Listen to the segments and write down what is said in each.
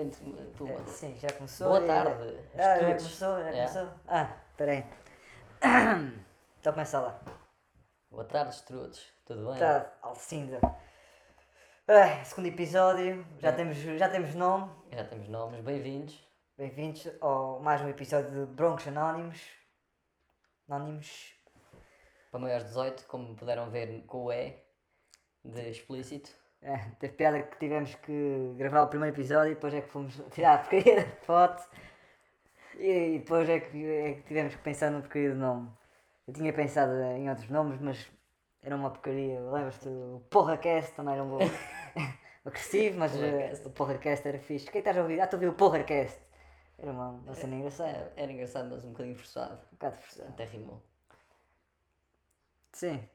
entre eh, turma. Sim, já começou. Boa e- tarde. Ah, já Estudos. começou, já É. começou. Ah, peraí. Então começa lá. Boa tarde, Strudes. Tudo bem? Tá, Alcinda. Ah, segundo episódio, já, É. temos, já temos nome. Já temos nomes, bem-vindos. Bem-vindos ao mais um episódio de Broncos Anónimos. Anónimos. Para maiores de 18, como puderam ver com o E de explícito. É, teve piada que tivemos que gravar o primeiro episódio e depois é que fomos tirar a porcaria da foto. E, e depois é que, é que tivemos que pensar no porcaria do nome. Eu tinha pensado em outros nomes, mas era uma porcaria. Lembras-te o PorraCast, também era um bom agressivo, mas eh, Porracast. o PorraCast era fixe. O que é que estás a ouvir? Ah, estou a ouvir o PorraCast. Era uma, uma cena engraçada, É, Era engraçado, mas um bocadinho forçado. um bocado forçado. Até rimou. Tá Sim,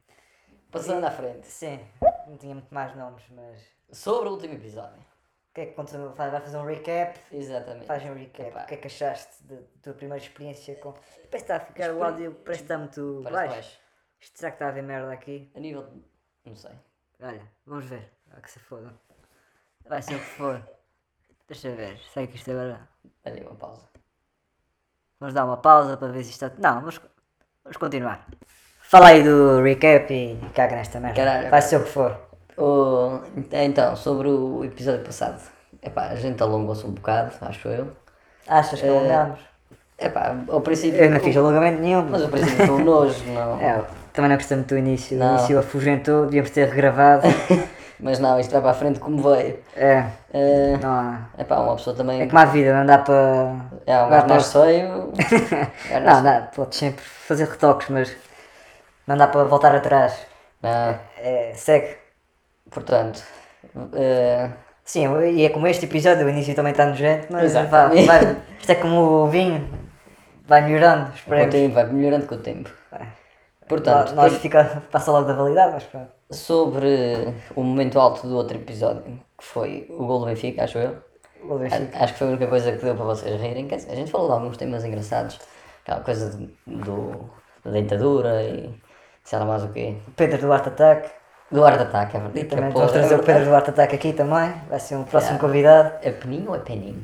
Passando à frente. sim. Não tinha muito mais nomes, mas. Sobre o último episódio. O que é que aconteceu? Vai vai fazer um recap? Exatamente. Faz um recap, Epá. o que é que achaste da tua primeira experiência com. Parece que está a ficar o áudio, parece que está muito Parece baixo. baixo. Isto será que está a haver merda aqui? A nível de... Não sei. Olha, vamos ver. Ah, que se foda. Vai ser o que for. Deixa ver, sei que isto agora. Olha, uma pausa. Vamos dar uma pausa para ver se isto está. Não, vamos, vamos continuar. Fala aí do recap e caga nesta merda. Caralho, é Vai ser o que for. Oh, então, sobre o episódio passado. Epá, a gente alongou-se um bocado, acho eu. Achas Eh, que alongamos? Epá, ao princípio... Eu não fiz alongamento nenhum. Mas ao princípio foi um nojo, não... É, eu também não gostei muito do início. Não. O início afugentou, devíamos ter regravado. Mas não, isto vai para a frente como veio. é, É não há. epá, uma pessoa também. É como a vida, não dá para. É, um gajo Vai para- mais feio. é, Não, dá, podes sempre fazer retoques, mas não dá para voltar atrás. Não, É, segue. Ah, portanto. eh, Sim, e é como este episódio, o início também está nojento, mas vá, Exatamente. vai- isto é como o vinho, vai melhorando, com o esperemos. tempo, vai melhorando com o tempo. Portanto, Portanto, nós fica, passa logo da validade, mas pronto. sobre o momento alto do outro episódio, que foi o gol do Benfica, acho eu. Vou ver se- A- Acho que foi a única coisa que deu para vocês rirem. Quer dizer, A gente falou de alguns temas engraçados. Aquela coisa do, do- da ditadura e sei lá mais o quê. Pedro Duarte Ataque, Do arte ataque, é verdade. também que vamos porra, é trazer o verdade. Pedro Duarte Ataque aqui também, vai ser um próximo convidado. É Peninho ou é Peninho?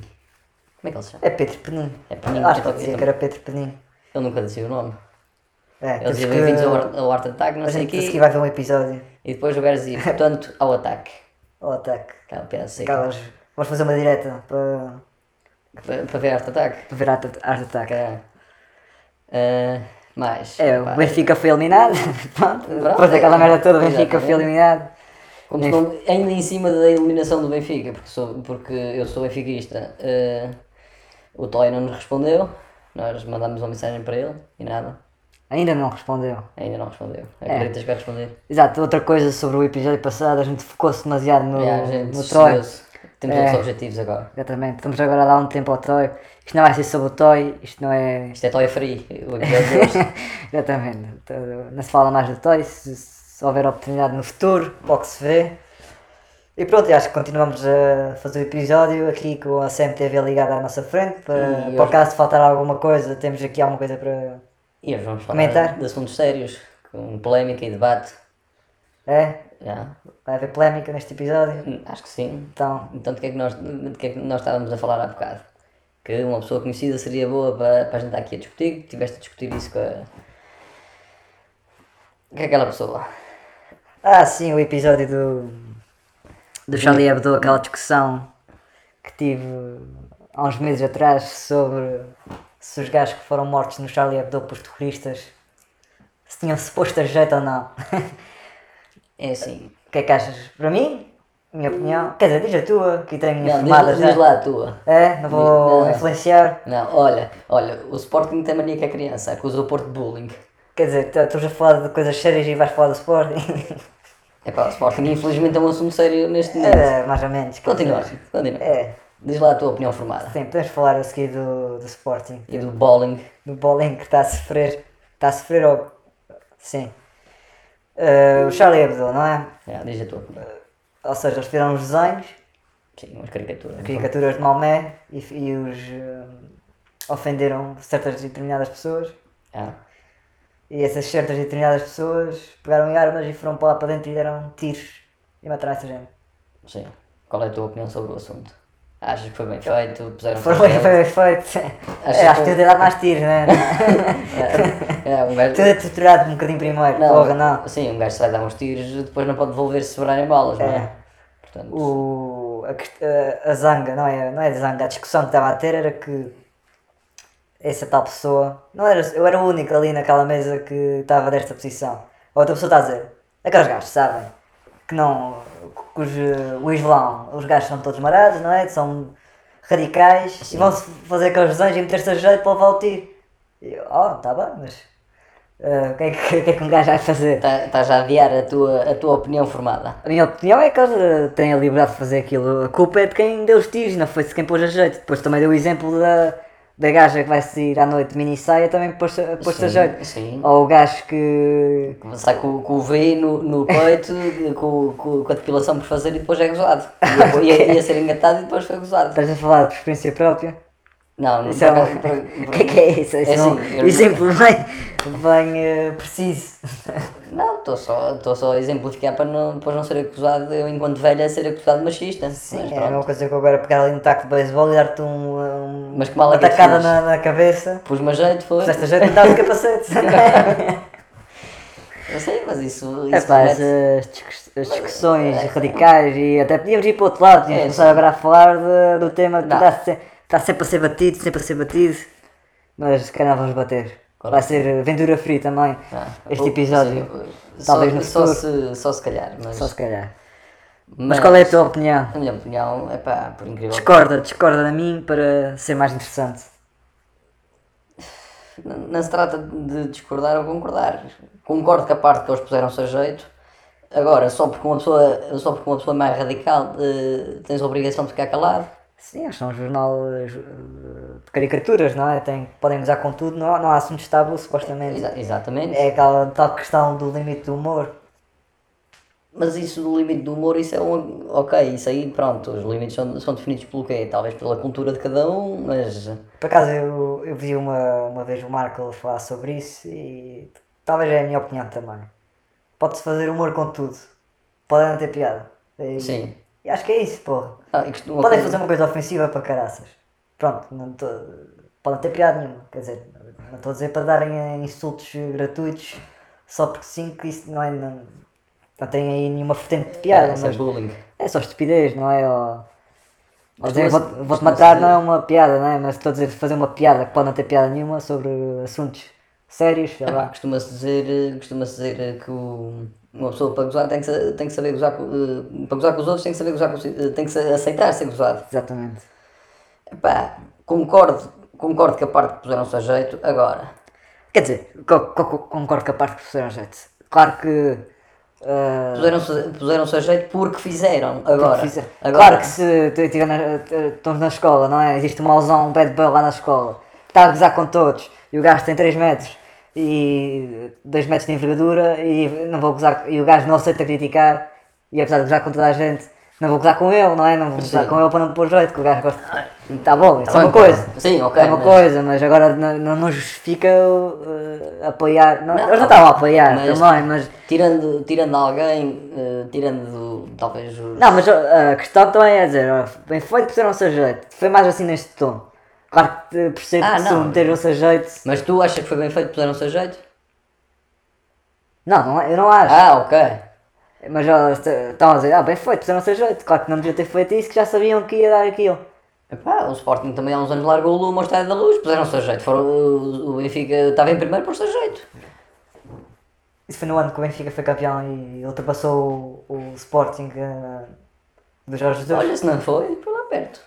Como é que ele se chama? É Pedro Penin. É Penin, Acho que Pedro ele dizia Penin. que era Pedro Penin. Eu nunca dizia o nome. É, Ele temos dizia que- bem-vindos ao, Ar- ao Art Attack, não a sei o gente disse que quê. vai ver um episódio E depois o gajo dizia, portanto, ao ataque. Então, assim, ao ataque. Aquela piada seca. Aquelas. Vamos fazer uma direta para, Para para ver Art Attack. para ver Art, art Attack. Caralho. Ah, mais. É, pá, o Benfica foi eliminado. Pronto, depois daquela merda toda, o Benfica foi Exatamente. eliminado. como se não- ainda em cima da eliminação do Benfica, porque, sou, porque eu sou benfiquista. Ah, o Toy não nos respondeu. Nós mandámos uma mensagem para ele e nada. Ainda não respondeu. Ainda não respondeu. É. Acreditas que vai responder? Exato, outra coisa sobre o episódio passado, a gente focou-se demasiado no, É, a gente, no Troy. É. sossegou-se. Temos outros objetivos agora. Exatamente, estamos agora a dar um tempo ao Troy. Isto não vai ser sobre o Toy, isto não é. Isto é Toy Free, o episódio de hoje. Exatamente, então, não se fala mais do Toy. Se, se houver oportunidade no futuro, logo se vê. E pronto, eu acho que continuamos a fazer o episódio aqui com a CMTV ligada à nossa frente. Para, E para hoje- caso faltar alguma coisa, temos aqui alguma coisa para. E hoje vamos falar Comentar? de assuntos sérios, com polémica e debate. É? Já? Vai haver polémica neste episódio. Hum, Acho que sim. Então, Então, de que, é que nós, de que é que nós estávamos a falar há bocado? Que uma pessoa conhecida seria boa para, para a gente estar aqui a discutir. Tiveste a discutir isso com, a, com aquela pessoa. ah, sim, o episódio do. do Charlie Hebdo, aquela discussão que tive há uns meses atrás sobre se os gajos que foram mortos no Charlie Hebdo por terroristas se tinham suposto a jeito ou não. É assim. O que é que achas? Para mim, minha opinião. Quer dizer, diz a tua, que tenho Não, informada diz, já. diz lá a tua. É, não vou Não. influenciar. Não, olha, olha, o Sporting tem mania que a criança, acusa o Porto de bullying. Quer dizer, tá- estamos a falar de coisas sérias e vais falar do Sporting. É pá, o Sporting infelizmente é um assunto sério neste momento. é, mais ou menos. quer Continua, dizer. continua. É. Diz lá a tua opinião formada. Sim, podemos falar a seguir do, do Sporting, E do bowling. do Bolin que está a sofrer. Está a sofrer ao. Sim. Eh, o Charlie Hebdo, não é? É, diz a tua opinião. Ou seja, eles fizeram uns desenhos, Sim, umas caricaturas. caricaturas de Maomé e, f- e os. eh, ofenderam certas determinadas pessoas. Ah, E essas certas e determinadas pessoas pegaram em armas e foram para lá para dentro e deram tiros e mataram essa gente. sim. Qual é a tua opinião sobre o assunto? Achas que foi bem feito? Puseram Foi papel? bem, foi bem feito. Acho É, Acho que que- eu ter dado mais tiros, né? É, é, um gajo. Tudo torturado um bocadinho primeiro, porra, não. Sim, um gajo se vai dar uns tiros depois não pode devolver se sobrarem balas, não é? Portanto, O, a, quest- a- a zanga, não é, não é zanga, a discussão que estava a ter era que essa tal pessoa, não era, eu era o único ali naquela mesa que estava desta posição. A outra pessoa está a dizer, aqueles gajos, sabem, que não, que os, eh, o Islão, os gajos são todos marados, não é, são radicais e vão-se fazer aqueles visões e meter-se a jeito para levar o tiro. E eu, oh, está bem, mas eh, o que, é que, o que é que um gajo vai fazer? tá- estás a adiar a tua, a tua opinião formada. A minha opinião é que eles eh, têm a liberdade de fazer aquilo. A culpa é de quem deu os tiros, não foi de quem pôs a jeito. Depois também deu o exemplo da, da gaja que vai sair à noite de mini saia também pôs-se pôs Sim, a jeito. sim. Ou o gajo que. Começar com, com o V no, no peito, de- com, com, com a depilação por fazer e depois é gozado. Ia, ia, ia ser engatado e depois foi gozado. Estás a falar por experiência própria? Não, não Isso é por um- acaso, por- O por- que é que é isso? Isso É é um assim, eu- exemplo bem, bem eh, preciso. Não, estou só, estou só a exemplificar para não, depois não ser acusado, eu enquanto velha, ser acusado de machista. Mas Sim, é a pronto, mesma coisa que eu agora pegar ali um taco de beisebol e dar-te um, um- Mas que mal uma é que é tacada preciso? na, na cabeça. Pus-me a jeito, foi. Desta jeito não estás de capacete. não é? Eu sei, mas isso. isso É pá, as, promete- as discuss- as discussões radicais e até podíamos ir para outro lado, É, podíamos começar agora a falar de- do tema que Não. está, se- está sempre a ser batido, sempre a ser batido, mas se calhar vamos bater. Vai ser Ventura Free também, Ah, este o- episódio, é? sim, talvez só, no só futuro, se, só se calhar, mas, só se calhar. mas, Mas qual é a tua opinião? a minha opinião, é pá, por incrível que Discorda, discorda da mim para ser mais interessante. N- Não se trata de discordar ou concordar. Concordo com a parte que eles puseram-se a jeito. Agora, só porque uma pessoa, só porque uma pessoa é mais radical eh, tens a obrigação de ficar calado. Sim, eles são um jornal eh, ju- eh, de caricaturas, não é? Tem- podem gozar com tudo, não há, não há assuntos tabu, supostamente. Exa- exatamente. É aquela tal questão do limite do humor. Mas isso do limite do humor, isso é um. Ok, isso aí, pronto, os limites são, são definidos pelo quê? Talvez pela cultura de cada um, mas. Por acaso eu, eu vi uma, uma vez o Marco falar sobre isso e talvez é a minha opinião também. Pode-se fazer humor com tudo. Podem não ter piada. E, Sim. e acho que é isso, porra. Ah, e costuma- Podem fazer uma coisa ofensiva para caraças. Pronto, não tô, podem ter piada nenhuma. Quer dizer, não estou a dizer para darem insultos gratuitos só porque sim que isso não é. Não, não tem aí nenhuma vertente de Ah, piada, isso é mas bullying. é só estupidez, não é? Ou- ou dizer, Costuma-se- vou- vou-te costuma-se matar dizer- não é uma piada, não é? Mas estou a dizer fazer uma piada que pode não ter piada nenhuma sobre assuntos sérios, sei Epá, lá. Ah, Costuma-se dizer, costuma dizer que o- uma pessoa para gozar tem que, sa- tem que saber gozar com, eh, para gozar com os outros tem que saber gozar com, si- eh, tem que sa- aceitar ser gozado. Exatamente. Epá, concordo, concordo que a parte que puseram-se a jeito agora. Quer dizer, co- co- co- concordo com a parte que fizeram jeito. Claro que. ah, Puseram-se puseram a jeito porque fizeram agora. fizer- agora Claro que se tu estiver na, t- estamos na escola, não é? Existe um mauzão, um bad boy lá na escola, que está a gozar com todos, e o gajo tem 3 metros e 2 metros de envergadura e não vou gozar, e o gajo não aceita criticar, e apesar de gozar com toda a gente, não vou gozar com ele, não é? Não vou gozar Sim. Ah. com ele para não pôr jeito, que o gajo gosta. Está bom, isso é bem, uma coisa. sim, então. ok, É uma mas- coisa, mas agora não, não, não justifica uh, apoiar. Não, eles não estavam a apoiar mas- também, mas Tirando, tirando alguém, eh, tirando talvez os. Não, mas ó, a questão também é dizer, ó, bem feito puseram o seu jeito, foi mais assim neste tom. Claro que eh, percebo Ah, que se não. meter o seu jeito. Mas tu achas que foi bem feito puseram-se a jeito? Não, não, eu não acho. Ah, ok. Mas ó, est- estão a dizer, ah, bem feito, puseram o seu jeito. Claro que não devia ter feito isso, que já sabiam que ia dar aquilo. Epá, o Sporting também há uns anos largou o Luma ao Estádio da Luz, puseram-se a jeito. Foram, o o Benfica estava em primeiro por seu jeito. Isso foi no ano que o Benfica foi campeão e ultrapassou o, o Sporting eh, dos Jorge Jesus. Olha, se não foi, foi lá perto.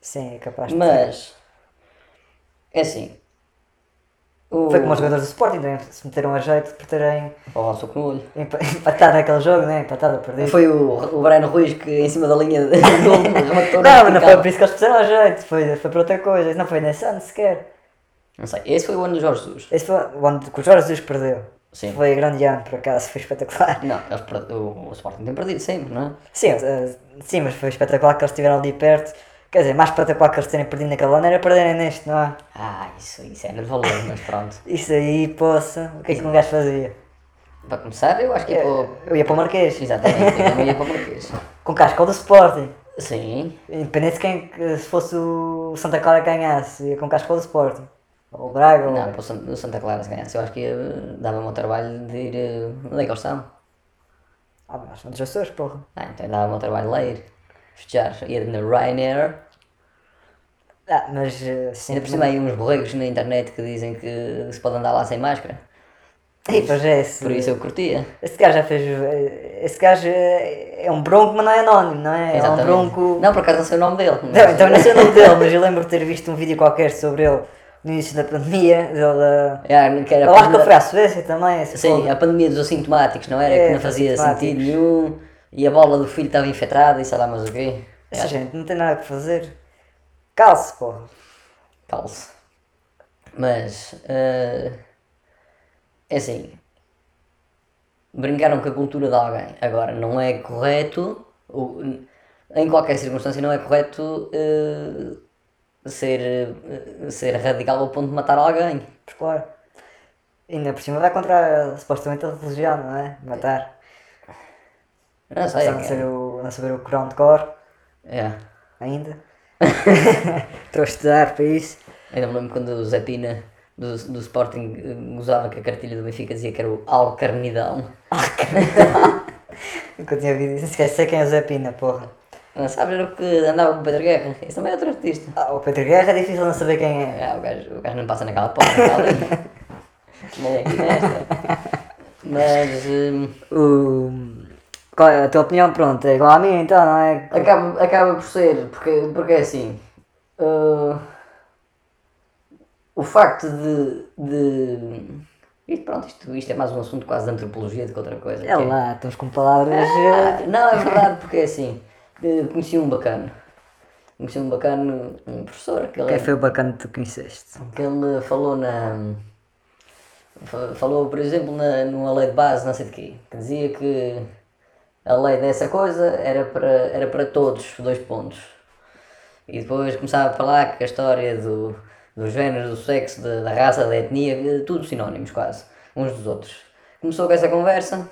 Sim, é capaz de ser. Mas, é assim. O, Foi como os jogadores do Sporting também se meteram a jeito por terem o Alonso com o olho. empa- empatado aquele jogo, né? Empatado a perder. Foi o, o Brian Ruiz que em cima da linha de- do rematou na Não, mas não vertical. foi por isso que eles fizeram a jeito, foi, foi por outra coisa, não foi nesse ano sequer. Não sei, esse foi o ano do Jorge Jesus. Esse foi o ano que o Jorge Jesus perdeu. Sim. Foi grande ano, por acaso, foi espetacular. Não, eles per- o, o Sporting tem perdido sempre, não é? Sim, eh, sim, mas foi espetacular que eles estiveram ali perto. Quer dizer, mais espetacular que eles terem perdido naquele ano era perderem neste, não é? Ah, isso, isso é de valor, mas pronto. Isso aí, poça, o que é que um gajo fazia? Para começar, eu acho que é para o... Eu ia para o Marquês, Exatamente, eu também ia para o Marquês. com casca do Sporting. Sim. Independente de quem, que- se fosse o Santa Clara que ganhasse, ia com casca do Sporting. Ou o Braga, ou... Não, para o San- o Santa Clara se ganhasse, eu acho que eh, dava-me o trabalho de ir. eh, Onde é que eles estão? Ah, mas são dos Açores, porra. Ah, então dava-me o trabalho lá ir. Festejar. Ia na Ryanair. Ah, mas eh, sim. Ainda por cima há aí uns borregos na internet que dizem que se pode andar lá sem máscara. Ei, pois é, esse, Por isso eu curtia. esse gajo já fez. eh, Esse gajo eh, é um bronco, mas não é anónimo, não é? É um bronco. Não, por acaso não sei o nome dele. mas- Não, então não sei o nome dele, mas eu lembro de ter visto um vídeo qualquer sobre ele no início da pandemia. Dele, da- Ah, não quero Eu acho que ele aprender- foi à Suécia também. esse Sim, povo. a pandemia dos assintomáticos, não era? É, que não fazia sentido assintomáticos. nenhum. E a bola do filho estava infectada e sei lá mais o quê. É um Essa gente não tem nada que fazer. Calce, porra. Calce. Mas. eh, é assim. Brincaram com a cultura de alguém. Agora, não é correto. ou, n- em qualquer circunstância, não é correto eh, ser, eh, ser radical ao ponto de matar alguém. Pois claro. Ainda por cima vai contra a- supostamente a religião, não é? Matar. Não sei. Apesar de não saber o, não saber o Corão de cor É. É. ainda. Estou a estudar para isso. Ainda me lembro quando o Zé Pina do, do Sporting eh, gozava que a cartilha do Benfica dizia que era o Alcarnidão. Nunca tinha ouvido isso. Nem sequer sei quem é o Zé Pina, porra. Não sabes era o que andava com o Pedro Guerra? Isso também é outro artista. Ah, o Pedro Guerra é difícil não saber quem é. Ah, o, gajo, o gajo não passa naquela porta, tá naquela linha. Nem é aqui nesta. Mas hum, O... Qual é a tua opinião? Pronto, é igual à minha então, não é? acaba, acaba por ser, porque, porque é assim. ah, o facto de. de e pronto, isto, isto é mais um assunto quase de antropologia do que outra coisa. É que é- lá, estamos com palavras. eh, Ah, Não, é verdade, porque é assim. eh, Conheci um bacano. Conheci um bacano, um professor, que Quem ele, assim, foi o bacana que tu conheceste? que ele falou na. fa- Falou, por exemplo, na, numa lei de base, não sei de quê, que dizia que a lei dessa coisa era para, era para todos, dois pontos. E depois começava a falar que a história do, do género, do sexo, da, da raça, da etnia, eh, tudo sinónimos quase, uns dos outros. Começou com essa conversa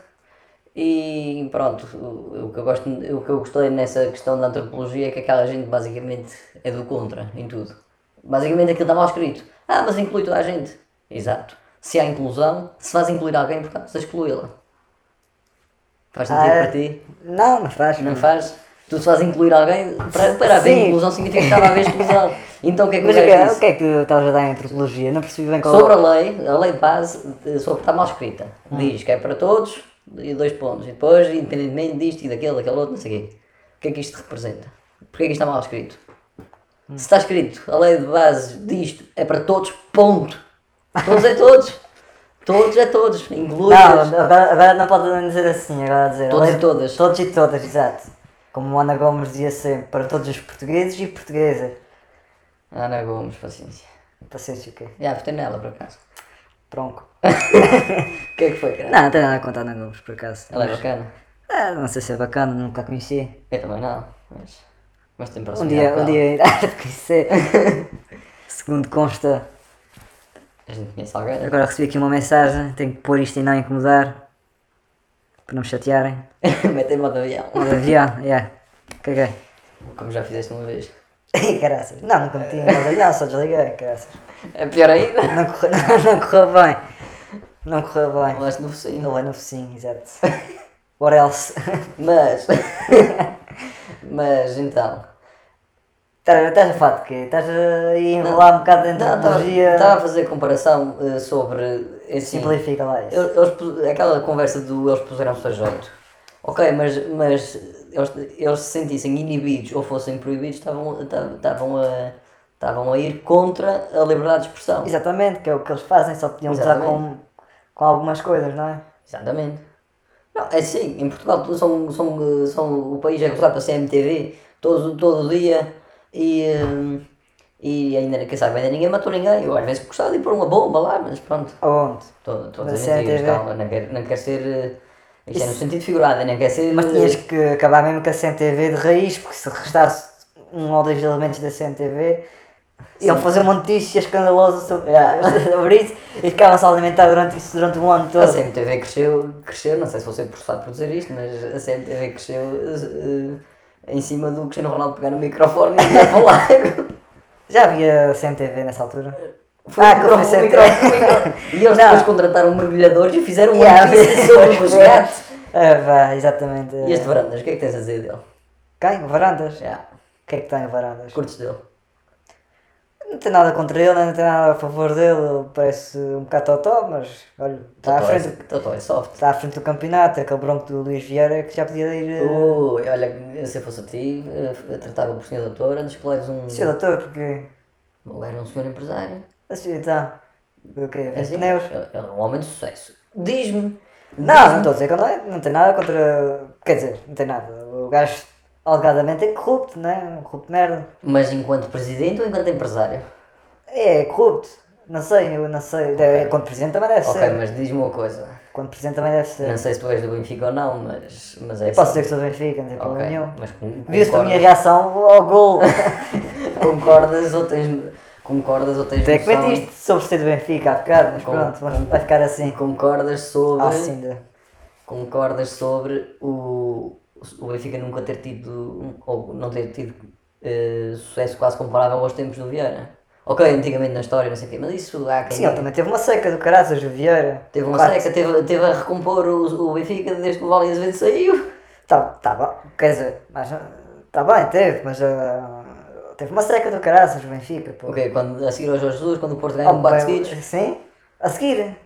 e pronto, o, o que eu gosto, o que eu gostei nessa questão da antropologia é que aquela gente basicamente é do contra em tudo. Basicamente aquilo está mal escrito. Ah, mas inclui toda a gente. Exato. Se há inclusão, se faz incluir alguém, portanto, se excluí-la. Faz sentido Ah, para ti? Não, não faz. Não faz? Tu se faz incluir alguém, para, para haver Sim. inclusão significa que estava a haver exclusão. Então o que é que o Mas o que, gajo é- disse? o que é que tu estavas a dar em antropologia? Não percebi bem qual é Sobre a lei, a lei de base, eh, sobre o que está mal escrita, Hum. diz que é para todos e dois pontos. E depois, independentemente disto e daquele, daquele outro, não sei o quê. O que é que isto representa? Porquê é que isto está mal escrito? Hum. Se está escrito, a lei de base disto é para todos, ponto. Todos é todos. Todos é todos. Inclui. Não, agora, agora não pode dizer assim, agora dizer. Todos olha, e todas. Todos e todas, exato. Como o Ana Gomes dizia sempre, para todos os portugueses e portuguesas. Ana Gomes, é paciência. Paciência o quê? Já, votei nela por acaso. Tronco. O que é que foi, cara? Não, não tenho nada a contar Ana Gomes, por acaso. Ela é bacana. Ah, não sei se é bacana, nunca a conheci. Eu também não, mas. Mas tem para Um dia, um dia irá de conhecer. Segundo consta. A gente conhece alguém. Agora recebi aqui uma mensagem, tenho que pôr isto em não incomodar. Para não me chatearem. Metem modo avião. Mas avião, yeah. Caguei. Como já fizeste uma vez. Ih, Caraças. Não, nunca meti em modo avião, só desliguei, caraças. É pior ainda. Não correu, não, não correu bem. Não correu bem. Falaste no focinho. Não é no focinho, exato. What else? Mas. mas então. Estás Tá, estás a falar de quê? Estás a enrolar um bocado de antropologia? Estava a fazer comparação eh, sobre. eh, Assim, Simplifica lá isso. Eu- eles pu- aquela conversa do eles puseram-se a jeito. Ok, mas, mas eles, eles se sentissem inibidos ou fossem proibidos, estavam, estavam- estavam a, estavam a ir contra a liberdade de expressão. Exatamente, que é o que eles fazem, só podiam usar com, com algumas coisas, não é? Exatamente. Não, é assim, em Portugal tu- são, são, são, o país é gozado para CMTV todo, todo o dia e, hum, e ainda, quem sabe, ainda ninguém matou ninguém. Eu às vezes gostava de pôr uma bomba lá, mas pronto. Aonde? Estou estou a Na dizer mentiras, CMTV. calma, não quero, não quero ser. eh, Isto é no sentido figurado, eu não quero ser. Mas tinhas que acabar mesmo com a CMTV de raiz, porque se restasse um ou dois elementos da CMTV, iam fazer um uma notícia escandalosa sobre, ah, sobre isso e ficavam-se a alimentar durante isso durante um ano A todo. CMTV cresceu, cresceu, não sei se vou ser processado por dizer isto, mas a CMTV cresceu eh, eh, em cima do Cristiano Ronaldo pegar no microfone e dar para lá. Já havia CMTV nessa altura? Uh, Foi Ah, o que foi micro- certo. o micro- o micro- E eles Não. depois contrataram mergulhadores e fizeram um uma Yeah, notícia sobre o resgate. Ah, vá, exatamente. E este Varandas, o que é que tens a dizer dele? Quem? Varandas? Já, O que é que tem Varandas? curtes dele? Não tem nada contra ele, não tem nada a favor dele, ele parece um bocado totó, mas olha, está Tá à Totó é- frente. Totó é soft. Está à frente do campeonato, aquele bronco do Luís Vieira que já podia ir. eh, Ui, olha, se eu fosse a ti, eh, tratava por senhor doutor antes que leves um. Seu doutor, porque. Ele era um senhor empresário. Assim, então. Eu queria ver Assim, pneus. ele era um homem de sucesso. Diz-me. Não, não estou a dizer que não é, não tem nada contra. Quer dizer, não tem nada. O gajo alegadamente é corrupto, não é? Um corrupto de merda. Mas enquanto presidente ou enquanto empresário? É, corrupto. Não sei, eu não sei. É, Quando presidente também deve Ok, ser. mas diz-me uma coisa. Quando presidente também deve ser. Não sei se tu és do Benfica ou não, mas, mas é Posso assim. dizer que sou do Benfica, não tem problema Ok, nenhum. mas com, Viu-se a minha concordas, reação ao gol. concordas ou tens. Concordas ou tens. Até é que noção- metiste sobre ser do Benfica há bocado, mas Com- pronto, vamos- vai ficar assim. Concordas sobre. Ah, sim, de- Concordas sobre o, o Benfica nunca ter tido, um, ou não ter tido eh, sucesso quase comparável aos tempos do Vieira? Ok, antigamente na história, não sei o quê, mas isso há quem Sim, ele também teve uma seca do caraças, o Vieira. Teve uma Quatro- seca, teve, teve a recompor o, o Benfica desde que o Vale Azevedo saiu. Tá, tá bom, quer dizer, mas tá bem, teve, mas ah, teve uma seca do caraças, o Benfica, pô. Ok, quando, a seguir ao Jorge Jesus, quando o Porto Ah, ganhou 4 bem, um seguidos. Sim, a seguir.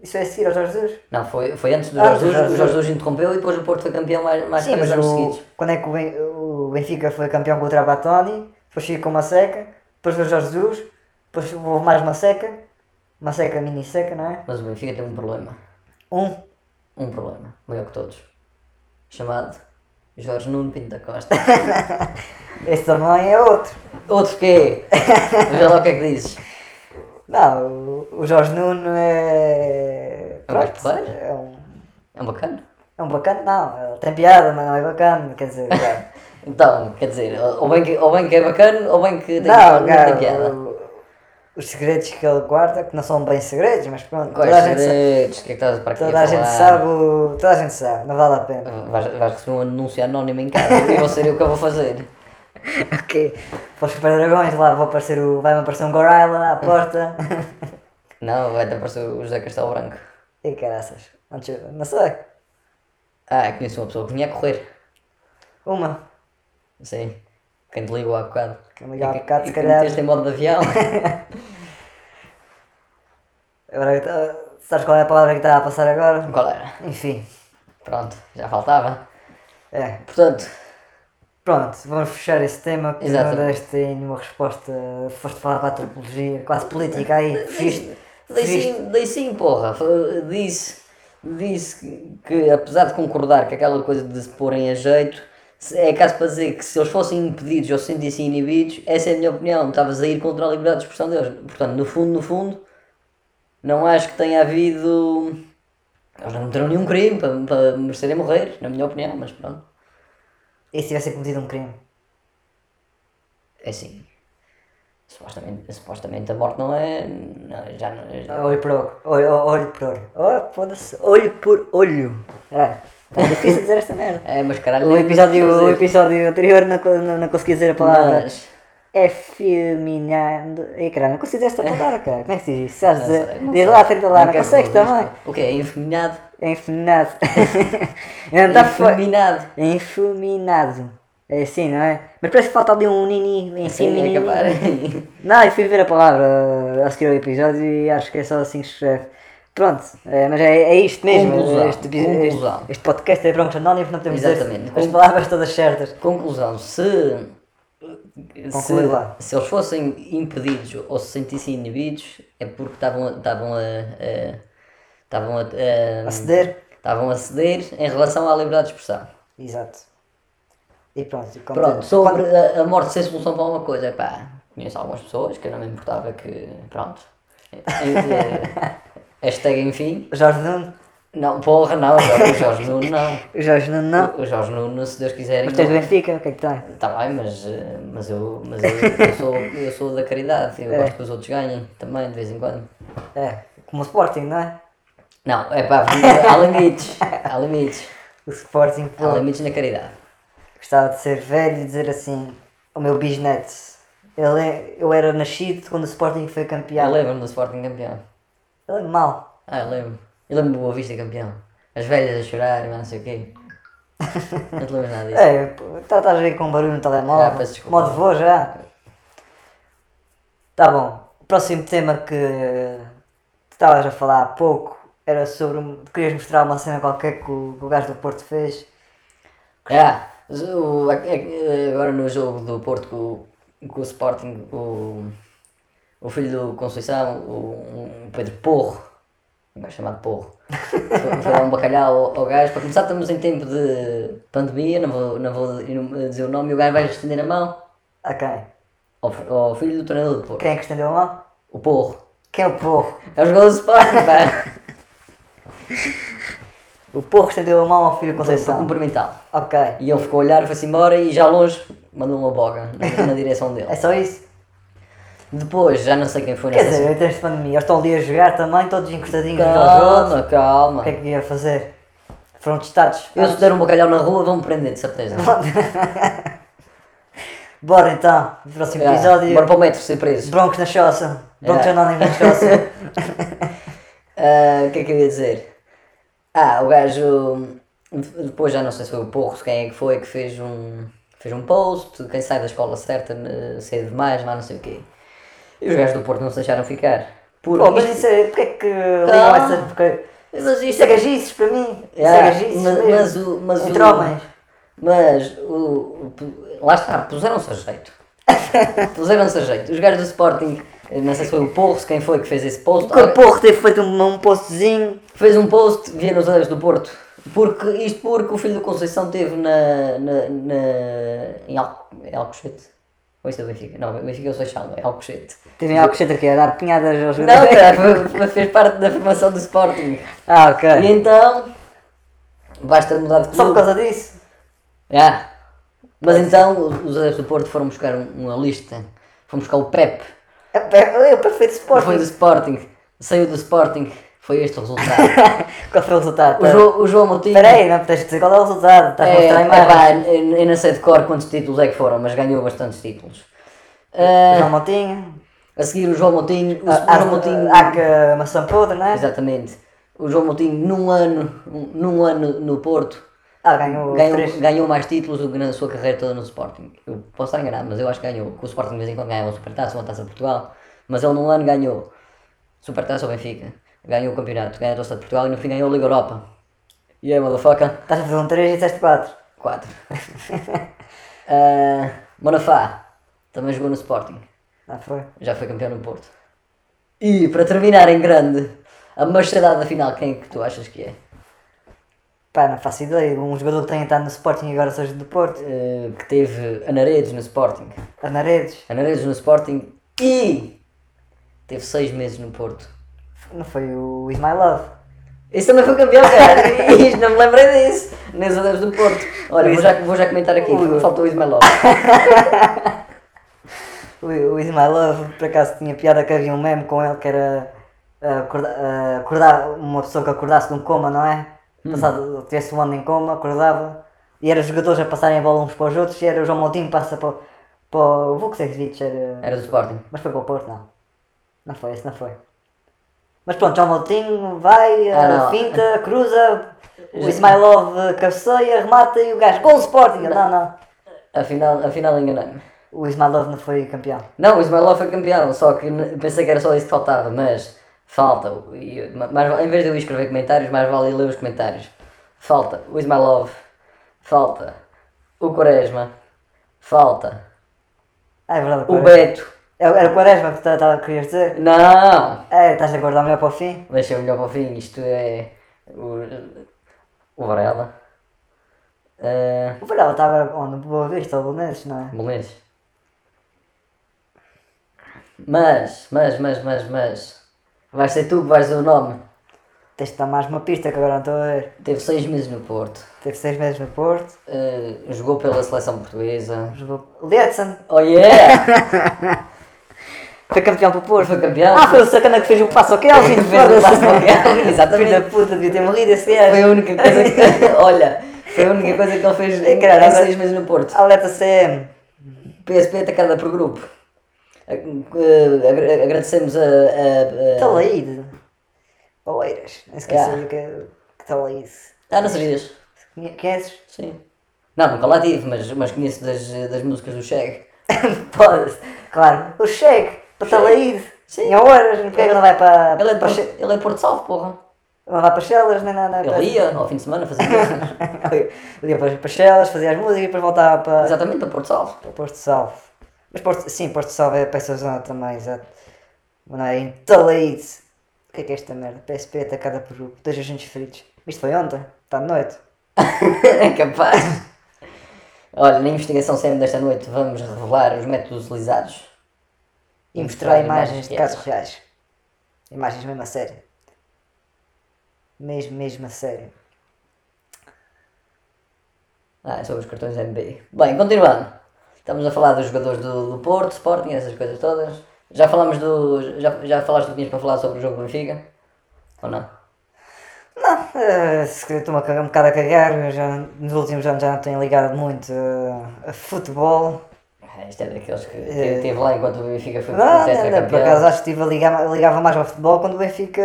Isso é a seguir ao Jorge Jesus. Não, foi, foi antes do Ah, Jorge do Jesus, Jorge o Jorge Jesus interrompeu e depois o Porto foi campeão mais, mais Sim, três mas anos o, seguidos. quando é que o, Ben- o Benfica foi campeão com o Trabatoni, depois ficou com uma seca, depois foi o Jorge Jesus, depois houve mais uma seca, uma seca mini seca, não é? Mas o Benfica tem um problema. Um. Um problema, maior que todos. Chamado Jorge Nuno Pinto da Costa. Esse também é outro. Outro quê? Veja lá o que é que dizes. Não, o- o Jorge Nuno é. É um gajo pronto, porreiro. é um. É um bacana. É um bacana, não, ele tem piada, mas não é bacana, quer dizer. é. Então, quer dizer, ou bem que, ou bem que é bacana, ou bem que tem, não, não cara, tem piada. o- os segredos que ele guarda, que não são bem segredos, mas pronto, toda a Quais gente, sa- segredos? O que é que estás para aqui toda a gente falar? sabe, o- toda a gente sabe, não vale a pena. Vais, vais receber um anúncio anónimo em casa e vou ser eu que eu vou fazer. ok, para os super dragões lá vou aparecer o, vai-me aparecer um Gorilla à porta. Não, vai até aparecer o José Castelo Branco. e caraças, não te- não sei, Ah, conheço uma pessoa que vinha a correr. uma. Sim. Quem te ligou há bocado. Quem me ligou há E que- bocado, e se que calhar. meteste em modo de avião. Agora, ah, sabes qual é a palavra que está a passar agora? Qual era? Enfim, Pronto, já faltava. é. Portanto, Pronto, vamos fechar esse tema que não Exatamente. deste aí nenhuma resposta. Foste falar para a antropologia, quase política aí. Fugiste. Dei fugiste. sim, dei sim, porra. Fa- Disse, disse que, que, apesar de concordar que aquela coisa de se porem a jeito, se- é caso para dizer que se eles fossem impedidos ou se sentissem inibidos, essa é a minha opinião. Estavas a ir contra a liberdade de expressão deles. Portanto, no fundo, no fundo, não acho que tenha havido. Eles não cometeram nenhum crime para, para merecerem morrer, na minha opinião, mas pronto. E se tivesse cometido um crime? É assim. Supostamente, supostamente a morte não é. não, já não. já- Olho por olho. Olho, olho por olho. Oh, foda-se. Olho por olho. É, é difícil dizer esta merda. É, mas caralho. O não é episódio, preciso o dizer. episódio anterior não, co- não, não consegui dizer a palavra. É Mas- Efeminando. Ei, cara, não consigo dizer esta palavra, cara. Como é que se diz isso? Sabes dizer? sei, eh, não Diz sei. lá, tenta lá. Não quero consegues falar também. disto. O que é? Infeminado? É tá enfeminado. não está fora. Infeminado. Enfuminado. É assim, não é? Mas parece que falta ali um nini em Sim, cima. é capaz. Não, eu fui ver a palavra a seguir ao é episódio e acho que é só assim que se escreve. Pronto, é, mas é, é isto mesmo. Conclusão, Este, epi- este, conclusão. este podcast é Broncos Anónimos, não podemos um Exatamente. Um dizer as palavras todas certas. Conclusão, se, Conclui lá. se, se eles fossem impedidos ou se sentissem inibidos, é porque estavam a- estavam a. a- Estavam a, a- A ceder. Estavam a ceder em relação à liberdade de expressão. Exato. E pronto, e como- Pronto, sobre a, a morte ser solução para alguma coisa, pá, conheço algumas pessoas que eu não me importava que. Pronto. Eh, eh, Hashtag enfim. Jorge Nuno. Não, porra, não, o Jorge Nuno não. O Jorge Nuno não. O Jorge Nuno, se Deus quiser, Mas tens do Benfica, o que é que tem? Está bem, mas, eh, mas, eu, mas eu, eu, sou, eu sou da caridade, eu gosto que os outros ganhem também, de vez em quando. É, como o Sporting, não é? Não, é pá, há limites, há limites, O Sporting, pô. há limites na caridade. Gostava de ser velho e dizer assim: o meu bisneto. Ele é- eu era nascido quando o Sporting foi Eu campeão. Ele lembro-me do Sporting campeão. é mau. Ah, eu lembro. Eu lembro do Boa Vista campeão. As velhas a chorar, mas não sei o quê. Não te lembro nada disso. É, pô, tá- estás aí com barulho no telemóvel. Ah, peço desculpa. Modo voo já. Tá bom. O próximo tema que tu estavas a falar há pouco era sobre. um- Querias mostrar uma cena qualquer que o, que o gajo do Porto fez. Ah, o- a- a- eh, agora no jogo do Porto com, o- com o Sporting, o, o filho do Conceição, o, o Pedro Porro, um gajo chamado Porro, foi, foi dar um bacalhau ao, ao gajo. Para começar, estamos em tempo de pandemia, não vou, não vou dizer o nome, e o gajo vai estender a mão A quem? ao, fi- ao filho do treinador do Porto, Quem é que estendeu a mão? o Porro. Quem é o porro? É o jogador do Sporting, pá. O porro estendeu a mão ao filho Para Conceição. cumprimentá-lo. Ok. E ele ficou a olhar, foi-se embora e já longe mandou uma boga na, na direção dele. É só isso. Depois, já não sei quem foi Quer nessa dizer, em termos de pandemia, eles estão ali a jogar também, todos encostadinhos uns aos outros. Calma, calma. O que é que ia fazer? Foram testados. Eu se der um bacalhau na rua vão me prender, de certeza. Bora então, no próximo Ah, episódio. Bora para o metro ser preso. Broncos na choça. Broncos É. anónimos na choça. Ah, O que é que eu ia dizer? Ah, o gajo. Depois já não sei se foi o Porro, quem é que foi que fez um. Fez um post, quem sai da escola certa né, cedo demais, mas não sei o quê. E os gajos do Porto não se deixaram ficar. Por Tá. Pô, mas isso é. Porquê é que ligam Calma. essa. Porque... Mas Isso é gajices para mim. Yeah, Isso é gajices. Ah, mas- mesmo. mas o- mas Entre o- homens. Mas o, o- lá está, puseram-se a jeito. puseram-se a jeito. Os gajos do Sporting, não sei se foi o Porro, quem foi que fez esse post. O porro teve feito um, um postzinho. fez um post, vieram os olhos do Porto. Porque, isto porque o filho do Conceição teve na. na, na- em Al, é Alcochete. Ou isso é o Benfica? Não, o Benfica é o Seixal, é Alcochete. Teve algo que aqui a dar punhadas aos Não, cara, foi- foi- fez parte da formação do Sporting. Ah, E ok. então. Basta mudar de Só clube. por causa disso? Ah, Mas então os adeptos do Porto foram buscar um- uma lista. Foram buscar o PrEP. É, é, é o perfeito suporte. Foi do Sporting. Saiu do Sporting. Foi este o resultado. Qual foi o resultado? O, Jo- o João Moutinho. Espera aí, não tens de dizer qual é o resultado. Estás a É, mostrar a é imagem. pá, eu eu não sei de cor quantos títulos é que foram, mas ganhou bastantes títulos. É, Ah, João Montinho. a seguir o João Moutinho, o, Há- o João Moutinho, Há há que maçã podre, não é? exatamente, o João Moutinho num ano, num ano no Porto, Ah, ganhou ganhou, um três. ganhou mais títulos do que na sua carreira toda no Sporting. Eu posso estar enganado, mas eu acho que ganhou, que o Sporting de vez em quando ganhava uma Supertaça, uma Taça de Portugal, mas ele num ano ganhou Supertaça ao Benfica, ganhou o campeonato, ganhou a Taça de Portugal e no fim ganhou a Liga Europa. E yeah, motherfucker. Estás a fazer um 3 e disseste 4. 4. uh, Monafá também jogou no Sporting, Ah, foi. já foi campeão no Porto. E para terminar em grande, a machadada final, quem é que tu achas que é? Pá, não faço ideia. Um jogador que tenha estado no Sporting e agora seja do Porto. Uh, que teve Anaredes no Sporting. Anaredes. Anaredes no Sporting e teve 6 meses no Porto. Não foi o Is My Love. Esse também foi campeão, cara. Ih, não me lembrei disso. Nem os adeptos do Porto. Olha, vou já, vou já comentar aqui, Ui. faltou o Ismael Lopes. O, o Is My Love, por acaso, tinha piada que havia um meme com ele que era... ah, acorda- ah, acordar, uma pessoa que acordasse de um coma, não é? Hum. Passado, tivesse um ano em coma, acordava e era os jogadores a passarem a bola uns para os outros e era o João Moutinho que passa para, o- para o Vukcevic, era Era do Sporting. Mas foi para o Porto, não. Não foi, esse não foi. Mas pronto, João Moutinho vai, Ah, eh, não. finta, cruza, o Ismailov eh, cabeceia, remata e o gajo, gol Sporting! Ele, Não, não. Afinal, afinal enganei-me. O Ismailov não foi campeão. Não, o Ismailov foi campeão, só que n- pensei que era só isso que faltava, mas falta. o- e- ma- mais vale- em vez de eu escrever comentários, mais vale eu ler os comentários. Falta o Ismailov, falta o Quaresma, falta Ah, é verdade, o o Quaresma. Beto. É- Era o Quaresma que tá- tava- querias dizer? Não! É, estás a guardar melhor para o fim? Deixa melhor para o fim, isto é. O, o Varela. Uh, O Varela está agora onde? Boa Vista, ou Belenenses, não é? Beleza. Mas, mas, mas, mas, mas. Vais ser tu que vais dizer o nome. Tens de dar mais uma pista que agora não estou a ver. Teve seis meses no Porto. Teve seis meses no Porto, Uh, jogou pela seleção portuguesa. jogou... Ledson! Oh yeah! Foi campeão para o Porto! Foi campeão. Ah, foi o sacana que fez o passo ao Kelvin! Fez o passo ao Kelvin, Filho exatamente. da puta, devia ter morrido esse gajo! Foi a única coisa que. Olha, Foi a única coisa que ele fez É, em, cara, em agora- seis meses no Porto. Alerta CM. PSP é atacada por grupo. A- eh, agra- Agradecemos a. a- a- Tá Então- Talaíde. Oeiras. Não esqueci Yeah. yeah. que, que Talaíde. Ah, não sabias? Conhe- Conheces? Sim. Não, nunca lá tive, mas, mas conheço das, das músicas do Cheg. Pode, claro. O Cheque, para Talaíde. Sim. Em Oeiras, porque é que não vai para. Ele é de para Porto, Che- ele é de Porto Salvo, porra. Não vai para Chelas, nem nada. para- Ele é ia ao fim de semana fazer coisas. Ele ia para, para Chelas, fazia as músicas e depois voltava para. Exatamente, para Porto Salvo. Para Porto Salvo. Mas Porto, sim, Porto Salvo é peça zona também, exato. Mas não é em Talaíde. O que é que é esta merda? PSP atacada por grupo, dois agentes feridos. Isto foi ontem, está de noite. É capaz. Olha, na investigação sempre desta noite vamos revelar os métodos utilizados. E mostrar imagens de casos reais. Imagens mesmo a sério. Mesmo, mesmo a sério. Ah, sobre os cartões MBI. Bem, continuando. Estamos a falar dos jogadores do, do Porto, Sporting, essas coisas todas. Já falámos do. Já, já falaste o que tinhas para falar sobre o jogo do Benfica? Ou não? Não, eh, se calhar estou-me a cagar- um bocado a cagar. eu Já, nos últimos anos já não tenho ligado muito eh, a futebol. Ah, Isto é daqueles que te- teve lá enquanto o Benfica foi Eh. Não, não, não, é, por acaso tetracampeão. acho que estive a ligar, ligava mais ao futebol quando o Benfica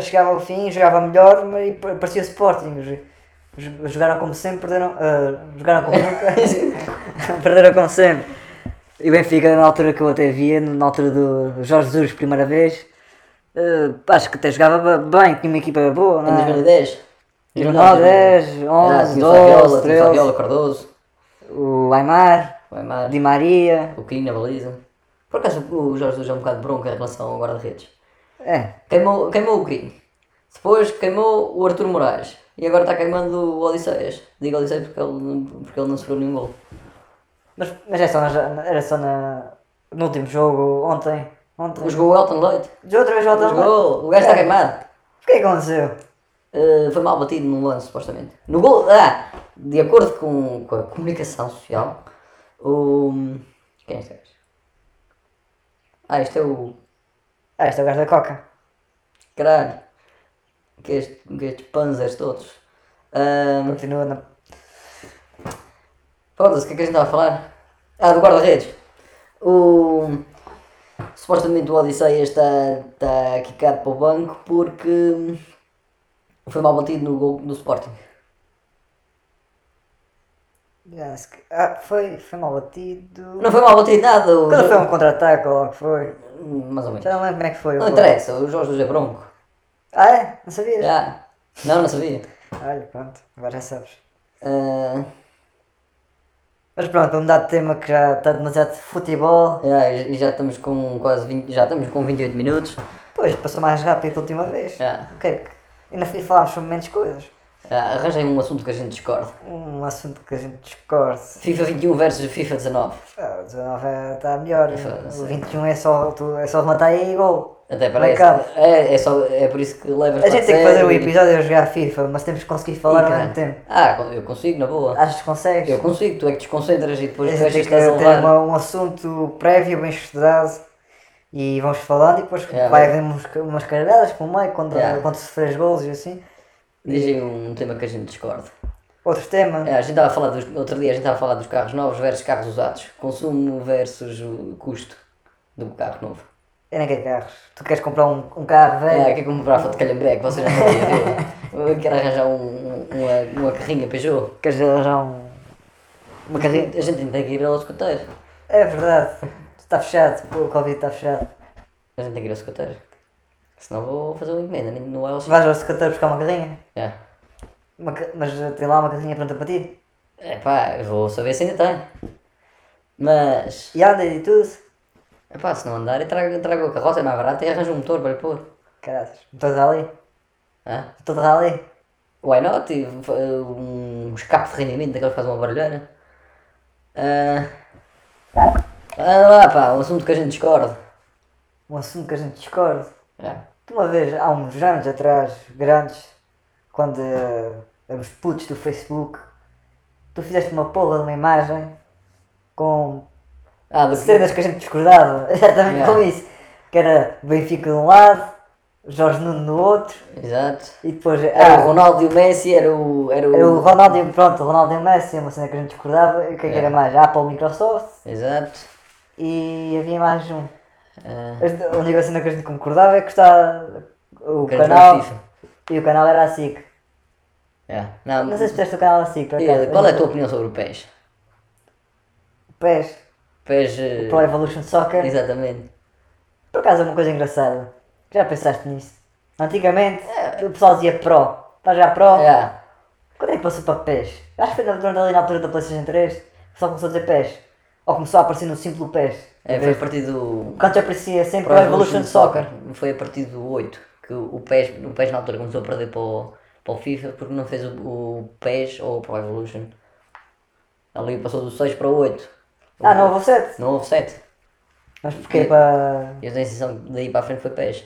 chegava ao fim, jogava melhor mas- e pa- parecia Sporting. Os- os- Jogaram como sempre, perderam. ah, jogaram como nunca. perderam como sempre. E o Benfica, na altura que eu até via, na altura do Jorge Jesus, primeira vez, ah, acho que até jogava ba- bem, tinha uma equipa boa, Em não é? 2010? 2010, 11, 12, é, Tinha 13. o Fabiola, Cardoso, O Aymar, o Aymar, Di Maria. o Quinho na baliza. Por acaso o Jorge Jesus é um bocado bronca em relação ao guarda-redes. É, Queimou, queimou o Quinho. Depois queimou o Arthur Moraes. E agora está queimando o Odisseias. Digo Odisseias porque ele, não- porque ele não sofreu nenhum gol. mas, mas é só na- era só na- no último jogo, ontem. ontem. Jogou o Elton Leite. De outra vez volta lá. Jogou. O gajo está queimado. O que é que aconteceu? Uh, foi mal batido num lance, supostamente. No gol, ah, de acordo com, com a comunicação social, o. Quem é este gajo? Ah, este é o. Ah, este é o gajo da Coca. Caralho. Que é este, que estes panzers todos. Ahm, Continua na. Foda-se, o que é que a gente estava a falar? Ah, do guarda-redes. O. Supostamente o Odisseia está, está quicado para o banco porque foi mal batido no gol do Sporting. Já se que- Ah, foi, foi mal batido. Não foi mal batido nada. o Quando jogo- foi um contra-ataque ou o que foi? Mais ou menos. Já não lembro como é que foi. o Não gol. interessa, o Jorge Jesus é bronco. Ah, é? Não sabias? Já. Não, não sabia. Olha, pronto, agora já sabes. Ah, Mas pronto, vamos mudar de tema que já está demasiado de futebol. já, e já estamos com quase 20, já estamos com 28 minutos. Pois, passou mais rápido a última vez. Já. O que é que. Ainda fui falar sobre menos coisas. Já, arranjem um assunto que a gente discorde. Um assunto que a gente discorde. FIFA 21 versus FIFA 19. Ah, o 19 é- está melhor. Foda-se. O 21 é só, tu- é só rematar aí e gol. Até parece. Marcado. É, é, só, é por isso que levas A gente tem que 4-0 fazer o e- episódio a jogar FIFA, mas temos que conseguir e falar ao caralho. mesmo tempo. Ah, con- eu consigo, na boa. Achas que consegues? Eu consigo, tu é que desconcentras e a depois gente tem deixas que estás a ter levar. uma- um assunto prévio, bem estudado, e vamos falando, e depois É, vai haver umas, umas caralhadas para o meio, quando, É. quando sofres golos e assim. Dizem um tema que a gente discorde. Outro tema, É, a gente estava a falar dos. no Outro dia a gente estava a falar dos carros novos versus carros usados. Consumo versus o custo do carro novo. eu nem quero carros. Tu queres comprar um, um carro velho? É, que é como brava de calhambeque, vocês não sabem. Eu quero arranjar um- uma, uma carrinha Peugeot. Queres arranjar um. Uma carrinha, a gente tem que ir ao escoteiro. É verdade, está fechado, pô, o Covid está fechado. A gente tem que ir ao escoteiro. Senão vou fazer uma encomenda nem- no LX. Vais ao secretário buscar uma carrinha, É. Uma ca- mas tem lá uma carrinha pronta para ti. É pá, vou saber se ainda tem. Mas, E anda e tudo. é pá, se não andar, eu trago, trago a carroça, é mais barata e arranjo um motor para lhe pôr. Caralho, motor rally, Hã? motor rally. Why not? E, f- um escape de rendimento daqueles que fazem uma barulheira. Ah, anda lá, pá, um assunto que a gente discorda. Um assunto que a gente discorde. É. Uma vez, há uns anos atrás, grandes, quando eh, éramos putos do Facebook, tu fizeste uma porra de uma imagem com Ah, do que- cenas que a gente discordava, exatamente Yeah. com isso. Que era Benfica de um lado, Jorge Nuno no outro, Exato. e depois. Era o ah, Ronaldo e o Messi, era o. Era o, era o Ronaldo, e- pronto, o Ronaldo e o Messi, uma cena que a gente discordava, e o que é que era mais? A Apple Microsoft Exato. e havia mais um. Ah, As- A única cena que a gente concordava é que está o Queres canal mais FIFA? e o canal era a SIC. é. Não, Não sei se fizeste o canal a SIC, por eh, acaso. Qual é a tua opinião sobre o PES? PES, PES. eh, Pro Evolution Soccer, Exatamente. por acaso é uma coisa engraçada. Já pensaste nisso? Antigamente o pessoal dizia Pro, está já Pro? É. Quando é que passou para PES? Acho que foi na- durante ali na altura da PlayStation 3 que o pessoal começou a dizer PES. Ou começou a aparecer no símbolo PES. É, foi a partir do. Enquanto aparecia sempre Pro Evolution Soccer. Foi a partir do 8 que o PES, o PES na altura começou a perder para o, para o FIFA porque não fez o, o PES ou o Pro Evolution. Ali passou do 6 para o 8. Ah, não houve o 7. Não houve 7. Mas É. porquê? Para... Eu tenho a sensação que daí para a frente foi PES.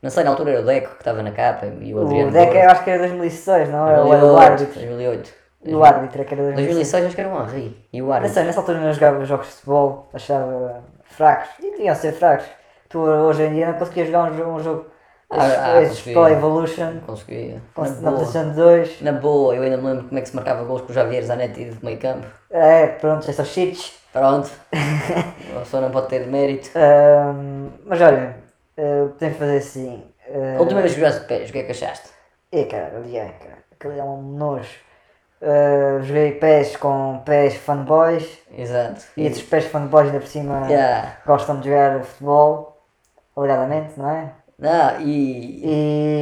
Não sei, na altura era o Deco que estava na capa e o Adriano. O deck Borges. eu acho que era 2006, não é? Ou era o 2008. árbitro. 2008. E o árbitro, é que era 2006. 2006 acho que era um Henri e o Não árbitro. sei, nessa altura não jogava jogos de futebol, achava fracos. E deviam ser fracos. Tu hoje em dia não conseguias jogar um jogo. Um jogo Ah, esses- ah, esses conseguia. Pro Evolution, Conseguia. com- Na na boa. posição 2. Na boa, eu ainda me lembro como é que se marcava gols com o Javier Zanetti de meio campo. É, pronto, esses são cheats. Pronto. a pessoa não pode ter mérito. Ahm, mas olha, ah, podemos fazer assim. A ah, última vez que jogaste PES, o que é que achaste? e cara, odiei, cara. Aquilo é um nojo. Ah, joguei pés com pés fanboys. Exato. E esses pés fanboys ainda por cima Yeah. gostam de jogar futebol, alegadamente, não é? Não, e.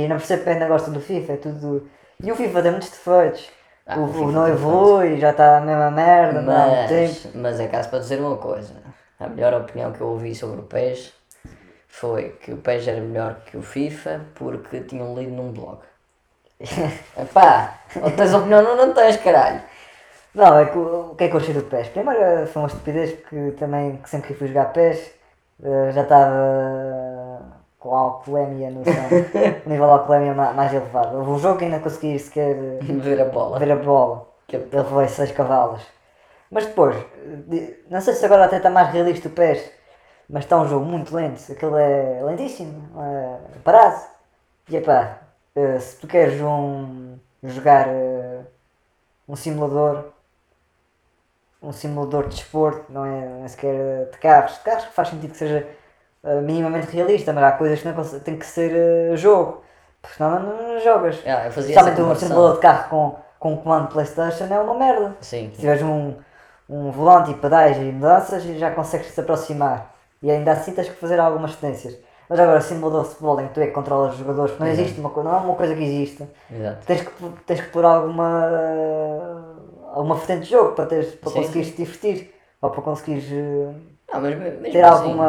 E não percebo que ainda gostam do FIFA, é tudo. E o FIFA tem muitos defeitos. Ah, o, o FIFA o não tem evolui, já está a mesma merda, não há muito tempo. Mas, mas é caso para dizer uma coisa. A melhor opinião que eu ouvi sobre o PES foi que o PES era melhor que o FIFA porque tinham lido num blog. Epá, ou tens opinião ou não tens, caralho. Não, é que o o que é que eu achei do PES? Primeiro eh, foi uma estupidez porque também que sempre que fui jogar PES eh, já estava eh, com a alcoolemia no sangue, o nível de alcoolemia ma- mais elevado. Houve um jogo que ainda consegui sequer eh, Ver a bola. ver a bola, ele foi 6 cavalos. Mas depois, eh, de- não sei se agora até está mais realista o PES, mas está um jogo muito lento, aquilo é lentíssimo, é parado. E epá, eh, se tu queres um, jogar eh, um simulador, um simulador de desporto, não é nem sequer eh, de carros. De carros faz sentido que seja eh, minimamente realista, mas há coisas que não conse- tem que ser eh, jogo, porque senão não, não, não jogas. Ah, eu fazia essa Especialmente um comparação. simulador de carro com, com um comando Playstation é uma merda. Sim. Se tiveres um, um volante e pedais e mudanças, já consegues te aproximar. E ainda assim tens que fazer algumas cedências. Mas agora, simulador de futebol em que tu é que controlas os jogadores, Uhum. não existe uma coisa, não é uma coisa que existe. Exato. Tens que, tens que pôr alguma, alguma frente de jogo para, teres, para Sim. conseguires te divertir. Ou para conseguires eh, Não, mas mesmo ter assim, alguma,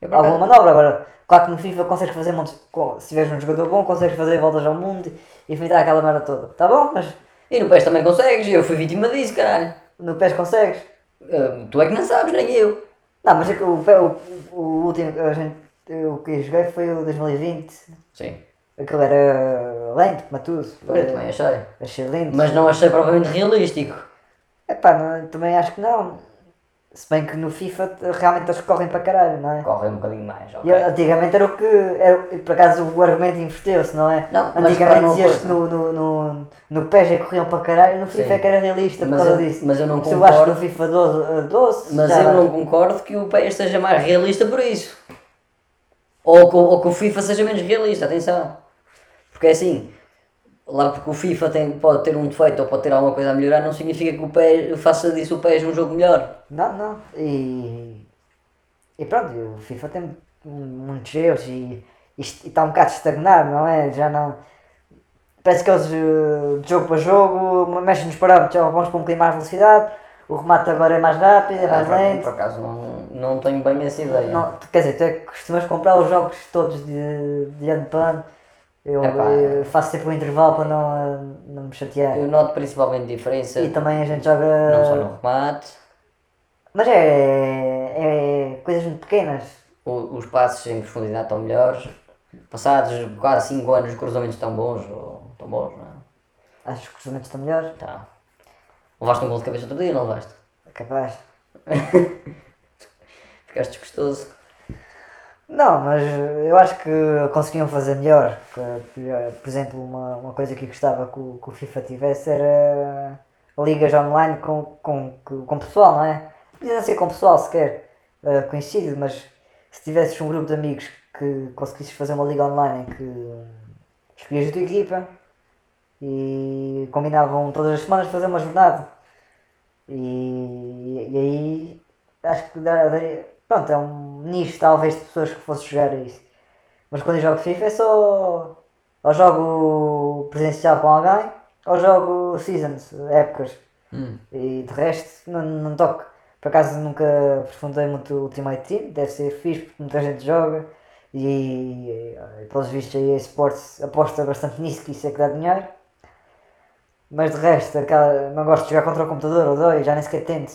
eu por acaso- alguma manobra. Agora, claro que no FIFA consegues fazer montes. co- Se tiveres um jogador bom, consegues fazer voltas ao mundo e enfrentar aquela merda toda. Tá bom? Mas E no PES também consegues, eu fui vítima disso, caralho. no PES consegues. Ah, tu é que não sabes, nem eu. Não, mas é que o, o, o último que a gente, o que eu joguei foi o 2020. Sim. Aquilo era lento, mas tudo. eh, Eu também achei. Achei lindo. Mas não achei propriamente realístico. Epá, não, também acho que não. Se bem que no FIFA t- realmente eles correm para caralho, não é? Corre um bocadinho mais, ok? E antigamente era o que. Era, o- por acaso o argumento inverteu-se, não é? Não, mas para antigamente uma dizias coisa. que no, no, no, no PES é que corriam para caralho, no FIFA Sim. é que era realista por Mas causa eu- disso. mas eu não Se eu acho que no concordo. FIFA 12. eh, 12 Mas já- eu não concordo que o PES seja mais realista por isso. Ou que, o- ou que o FIFA seja menos realista, atenção. Porque é assim, lá porque o FIFA tem- pode ter um defeito ou pode ter alguma coisa a melhorar, não significa que o PES faça disso o PES um jogo melhor. Não, não. E, e pronto, e o FIFA tem muitos erros e está um bocado estagnado, não é? Já não. Parece que eles eh, de jogo para jogo mexem nos parâmetros, ou vamos para um bocadinho mais velocidade, o remate agora é mais rápido, é Ah, mais por- Por lento. acaso não, não tenho bem essa ideia. Não, tu- quer dizer, tu é que costumas comprar os jogos todos de, de ano para ano. Eu, Epá. é. eh, faço sempre um intervalo para não, eh, não me chatear. Eu noto principalmente diferença, E também a gente joga. não só no remate, Mas é, é coisas muito pequenas. o- os passos em profundidade estão melhores. Passados quase 5 anos os cruzamentos estão bons, ou estão bons, não é? Acho que os cruzamentos estão melhores. É Tá. Levaste um gol de cabeça outro dia, não levaste? Capaz. Ficaste desgostoso. Não, mas eu acho que conseguiam fazer melhor. Que, eh, Por exemplo, uma, uma coisa que eu gostava que o, que o FIFA tivesse era ligas online com, com, com com pessoal, não é? Não precisa ser com pessoal sequer eh, conhecido, mas se tivesses um grupo de amigos que conseguisses fazer uma liga online em que escolhias a tua equipa e combinavam todas as semanas fazer uma jornada. E, e aí acho que dá- daria- pronto, é um nicho talvez de pessoas que fosse jogar a isso. Mas quando eu jogo FIFA é só ou jogo presencial com alguém ou jogo seasons, épocas. Hum. E de resto não, não toco. Por acaso nunca aprofundei muito o Ultimate Team, deve ser fixe porque muita gente joga e, eh, pelos vistos aí a Sports aposta bastante nisso que isso é que dá dinheiro. Mas de resto, aquela- não gosto de jogar contra o computador ou dois, já nem sequer tento.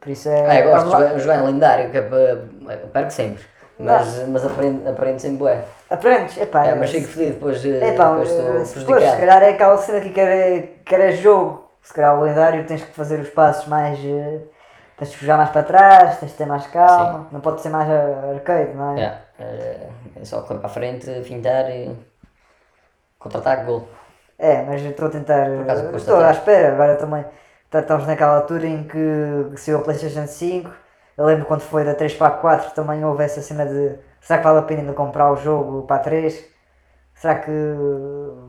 Por isso é. Ah, eu gosto de online. jogar, jogar em lendário, que é para. Perco sempre. Mas, mas aprendo, aprendo sempre bué. Aprendes? Epá, É, mas fico feliz depois, eh, Ah, É pá, depois estou se pois, se prejudicado. calhar é aquela cena que quer, é- quer é jogo. Se calhar o lendário tens que fazer os passos mais. eh, tens que jogar mais para trás, tens de ter mais calma. Não pode ser mais ar- arcade, não é? Yeah, eh, É só correr para a frente, fintar e. Contra-ataque, gol. É, mas eu estou a tentar. acaso eh, custa Estou à tanto. espera, agora também. tá- Estamos naquela altura em que se o PlayStation 5. Eu lembro quando foi da 3 para a 4 também houve essa cena de. Será que vale a pena ainda comprar o jogo para a 3? Será que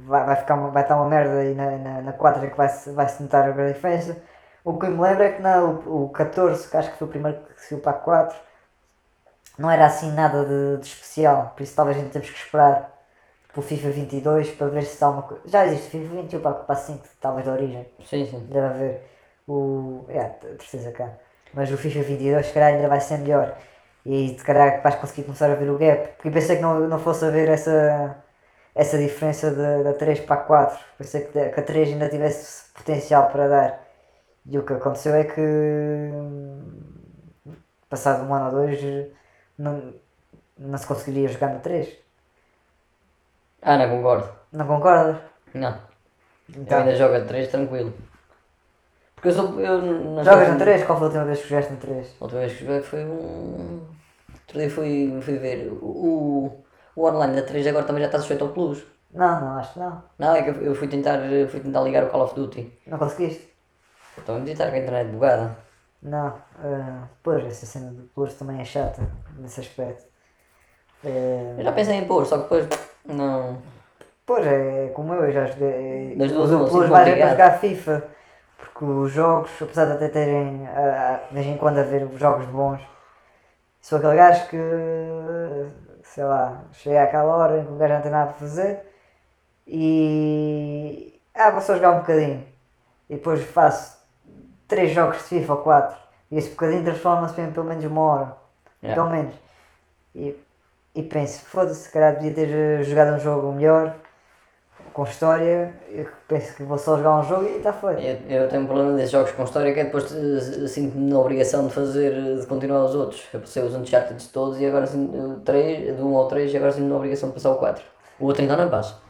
vai, vai, ficar uma- vai estar uma merda e na, na, na 4 é que vai-se vai -se notar a grande diferença? O que eu me lembro é que na, o, o 14, que acho que foi o primeiro que saiu para a 4, não era assim nada de, de especial, por isso talvez a gente temos que esperar pelo FIFA 22 para ver se está alguma coisa. Já existe FIFA 21 para, para 5, talvez da origem, Sim, sim. deve haver o. É, tristeza cá. Mas o FIFA 22 se calhar ainda vai ser melhor. E se calhar vais conseguir começar a ver o gap. Porque eu pensei que não, não fosse haver essa, essa diferença da da 3 para a 4. Pensei que, da- que a 3 ainda tivesse potencial para dar. E o que aconteceu é que hum, passado um ano ou dois não, não se conseguiria jogar na 3. Ah, não concordo. Não concordas? Não. Então. Eu ainda jogo a 3 tranquilo. Porque eu sou. Eu não Jogas sou- na 3? Qual foi a última vez que jogaste na 3? A última vez que joguei foi um. Outro dia fui, fui ver. O, o- o online da 3 agora também já está sujeito ao Plus. Não, não, acho que não. Não, é que eu eu fui tentar, fui tentar ligar o Call of Duty. Não conseguiste? Então me estar com a internet bugada. Não, ah, pois, essa cena do Plus também é chata nesse aspecto. Eh, Eu já pensei em pôr, só que depois. Não. pois, é como eu, eu já joguei. Das duas, o uma, Plus assim, vai para complicado. jogar FIFA, porque os jogos, apesar de até terem ah, ah, de vez em quando haver jogos bons, sou aquele gajo que, sei lá, chega àquela hora em que o gajo não tem nada para fazer e. Ah, vou só jogar um bocadinho. E depois faço três jogos de FIFA ou quatro E esse bocadinho transforma-se em pelo menos uma hora. Yeah. Pelo menos. E, e penso, foda-se, se calhar devia ter eh, jogado um jogo melhor, com história. Eu penso que vou só jogar um jogo e está feito. Eu, eu tenho um problema desses jogos com história que é depois eh, sinto-me na obrigação de fazer, eh, de continuar os outros. Eu passei os Uncharted de todos e agora sinto eh, três, de um ao três e agora sinto-me na obrigação de passar o 4. O outro ainda não passo.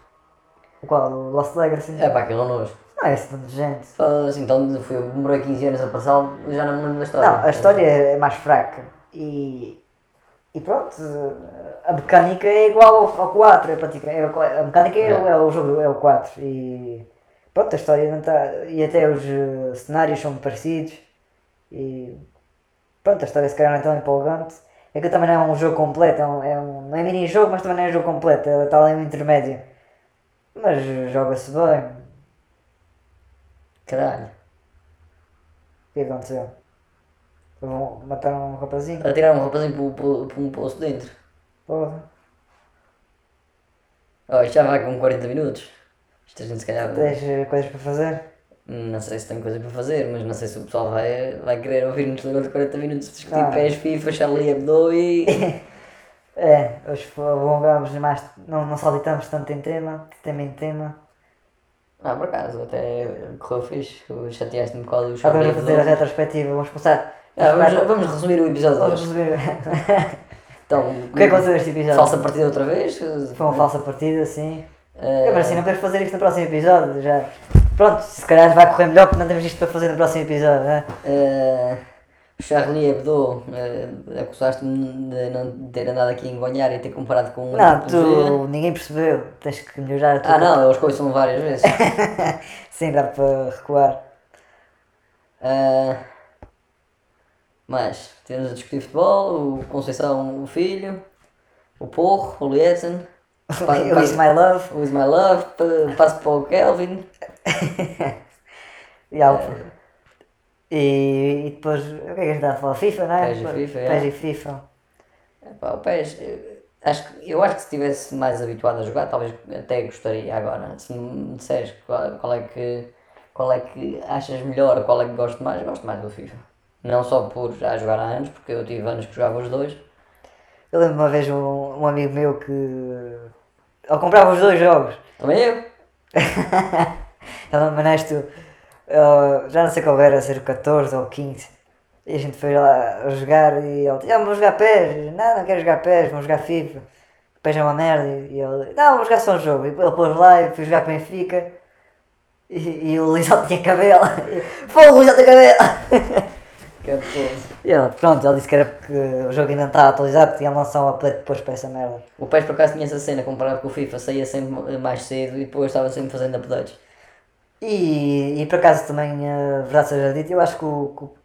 O qual? O Lost Legacy? É pá, que nojo. Não é esse tanto de gente. Fala Assim, então fui, eu demorei 15 anos a passá-lo, já não me lembro da história. Não, a história é mais fraca. E, e pronto, a mecânica é igual ao, ao 4. É pratica- é o- a mecânica é, o- é o jogo, é o 4. E pronto, a história não está. E até os eh, cenários são parecidos. E pronto, a história se calhar não é tão empolgante. É que também não é um jogo completo, é um, é um, não é mini jogo, mas também não é um jogo completo, ela está ali no intermédio. Mas joga-se bem. Caralho. O que aconteceu? Vão matar um rapazinho? Atiraram um rapazinho para um poço dentro. Porra. Oh, isto já vai com 40 minutos. Isto a gente se calhar. hum, Tens eh, coisas para fazer? Não sei se tem coisa para fazer, mas não sei se o pessoal vai, vai querer ouvir-nos durante 40 minutos Tipo, discutir Ah. PES, FIFA, Charlie Hebdo e. É, hoje fo- alongámos mais, não, não saltitamos tanto em tema, tema em tema. Ah, por acaso, até correu fixe. Eu Chateaste-me com o Agora Charlie vamos fazer a Hebdo. retrospectiva, vamos começar. Ah, vamos, vamos resumir o episódio de Vamos hoje. resolver. Então, o que é que aconteceu neste episódio? é Falsa partida outra vez? Foi uma falsa partida, sim. Eh, É, mas assim, não podemos fazer isto no próximo episódio, já. é? Pronto, se calhar vai correr melhor porque não temos isto para fazer no próximo episódio, né? eh, Charlie Hebdo, eh, acusaste-me de não ter andado aqui a engonhar e ter comparado com um Não, outro museu. tu ninguém percebeu. Tens que melhorar a tua. Ah, não, eles coisam várias vezes. Sem dar para recuar. Ah, mas tivemos a discutir futebol, o Conceição, o filho, o Porro, o Lietzen, Eu is my love. o Is My Love, pa- passo para o Kelvin. E, há o- É. e, e depois, o que é que a gente está a falar? FIFA, não é? Pés e FIFA, é. Pés e FIFA. Epá, o PES, eh, acho que- eu acho que se estivesse mais habituado a jogar, talvez até gostaria agora. Se me disseres qual, qual é que, qual é que achas melhor, qual é que gosto mais, gosto mais do FIFA. Não só por já jogar há anos, porque eu tive anos que jogava os dois. Eu lembro uma vez um, um amigo meu que. Ele comprava os dois jogos. Também eu. Ela mandaste uh, já não sei qual era, ser o 14 ou o 15. E a gente foi lá jogar e ele disse, ah, vamos jogar pés, Eu, não, não quero jogar pés, vamos jogar FIFA, pés é uma merda, e ele, não, vamos jogar só um jogo, e ele pôs lá e fui jogar para Benfica, e, e o Lisal tinha cabelo, fogo, o Lisal tem cabelo! Que absurdo. E ele, pronto, ele disse que era porque o jogo ainda não estava atualizado, tinha lançado um update depois para essa merda. O PES por acaso tinha essa cena comparado com o FIFA, saía sempre eh, mais cedo e depois estava sempre fazendo updates. E, e por acaso também, uh, verdade seja dita, eu acho que, o- que o-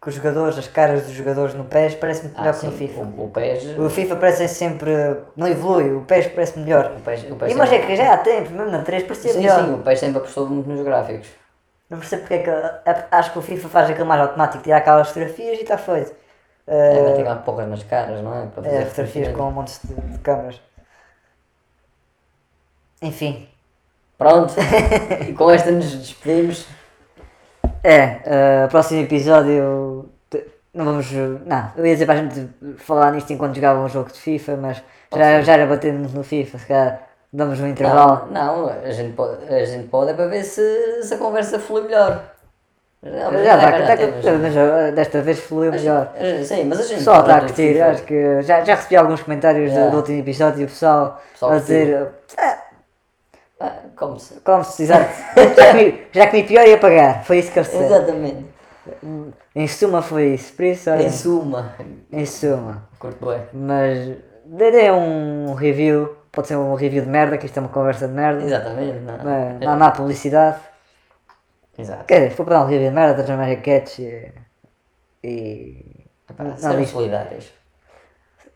que os jogadores, as caras dos jogadores no PES parece muito melhor que no Ah, sim, FIFA. O, o PES. O, FIFA parece sempre. não evolui, o PES parece melhor. O PES, o PES e mas é sempre- que já há tempos, mesmo na 3 parecia sim, melhor. sim, o PES sempre apostou muito nos gráficos. Não percebo porque é que. a- acho que o FIFA faz aquilo mais automático, tirar aquelas fotografias e está feito. Uh, É, vai ter lá porras nas caras, não é? Para É, fazer fotografias com um monte de, de câmaras. Enfim. Pronto, e com esta nos despedimos. É, uh, próximo episódio. te- Não vamos. uh, Não, eu ia dizer para a gente falar nisto enquanto jogava um jogo de FIFA, mas já, já era batermos no FIFA, se calhar damos um intervalo. Tá Não, a gente pode, a gente pode é para ver se, se a conversa flui melhor. Já, Já vai, até que- temos. mas uh, desta vez fluiu melhor. A gente- é Sim, mas a gente. Pessoal está a pode- curtir, acho que já, já recebi alguns comentários do- do último episódio e o pessoal Pessoal a dizer "Ah, Ah, como se. como se exato, já, comi, já comi pior e a pagar, foi isso que eles disseram. Exatamente. Em suma foi isso, por isso olha, Em suma, em suma. curto bem. Mas dê dê um review, pode ser um review de merda, que isto é uma conversa de merda, Exatamente, não. mas não, não há publicidade. Exato. Quer dizer, se for para dar um review de merda, transformar em catch e, e Epá, não, Sermos isto- solidários.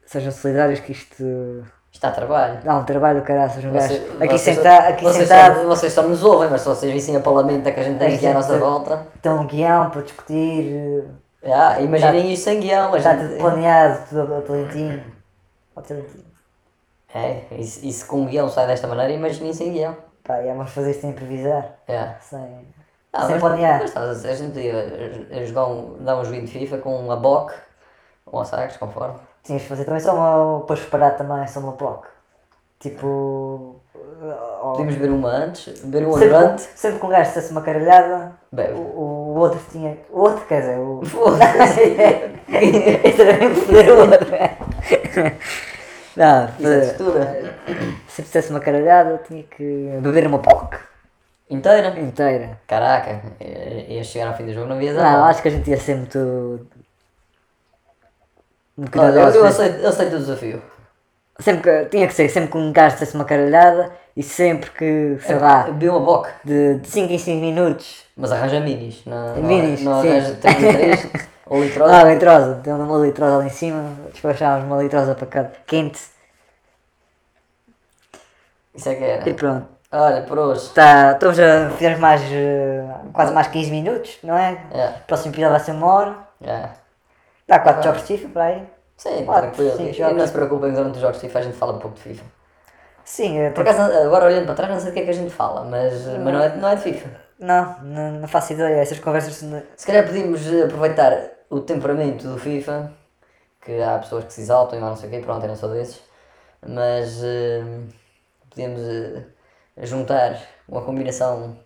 sejam solidários que isto Isto dá trabalho. Dá um trabalho do caraças, um gajo. Vocês- Aqui vocês- sentado, aqui vocês sentado, Só, vocês só nos ouvem, mas se vocês vissem a palamenta que a gente tem aqui à nossa volta. tem um guião para discutir, Ah, imaginem isto sem guião. a está gente- tudo planeado, tudo ao talentinho. Ao talentinho. É, e se, e se com um guião sai desta maneira, imaginem sem guião. Pá, e é, vamos fazer isto sem improvisar, É. sem, Ah, sem mas- planear. Mas estás a dizer, a gente podia eh, jogar um, dar um joguinho de FIFA com uma boc, ou a sacos, conforme. Tínhamos de fazer também só uma, para separar também, só uma bloco. Tipo, ou, Podíamos ver uma antes, ver uma sempre, com, durante. sempre que um gajo dissesse uma caralhada, Bebe. o, o outro tinha, o outro quer dizer, o... Foda-se. Este era mesmo foder o outro. Não, Isso é foder. textura. Se fizesse uma caralhada, tinha que beber uma POC Inteira. inteira. Caraca, eh, ias chegar ao fim do jogo, não vias a Não, bola. acho que a gente ia ser muito. muito Olha, eu, cuidadoso. eu aceito, eu aceito o desafio. Sempre que, tinha que ser, sempre que um gajo dissesse uma caralhada e sempre que, sei lá, Bebi uma boc, de 5 em 5 minutos. mas arranja minis. Não, não- Minis, não sim. Ah. arranja 33 ou litrosa. Lá, litrosa, tem uma litrosa ali em cima, despachávamos uma litrosa para cá, quente Isso é que era. e pronto. Olha, por hoje. Tá, estamos a fizemos mais. eh, quase mais 15 minutos, não é? É. Próximo episódio vai ser uma hora. É. Dá 4 jogos de FIFA para aí. Sim, Quatro, tranquilo. cinco E- e jogos. não se preocupem durante os jogos de FIFA, a gente fala um pouco de FIFA. Sim, eh, Por acaso, agora olhando para trás, não sei do que é que a gente fala, mas, Ah. mas não, é, não é de FIFA. Não, não, não faço ideia. Essas conversas. não- Se calhar podíamos eh, aproveitar o temperamento do FIFA, que há pessoas que se exaltam e mais não sei o quê, pronto, eu não sou desses, mas eh, podíamos eh, juntar uma combinação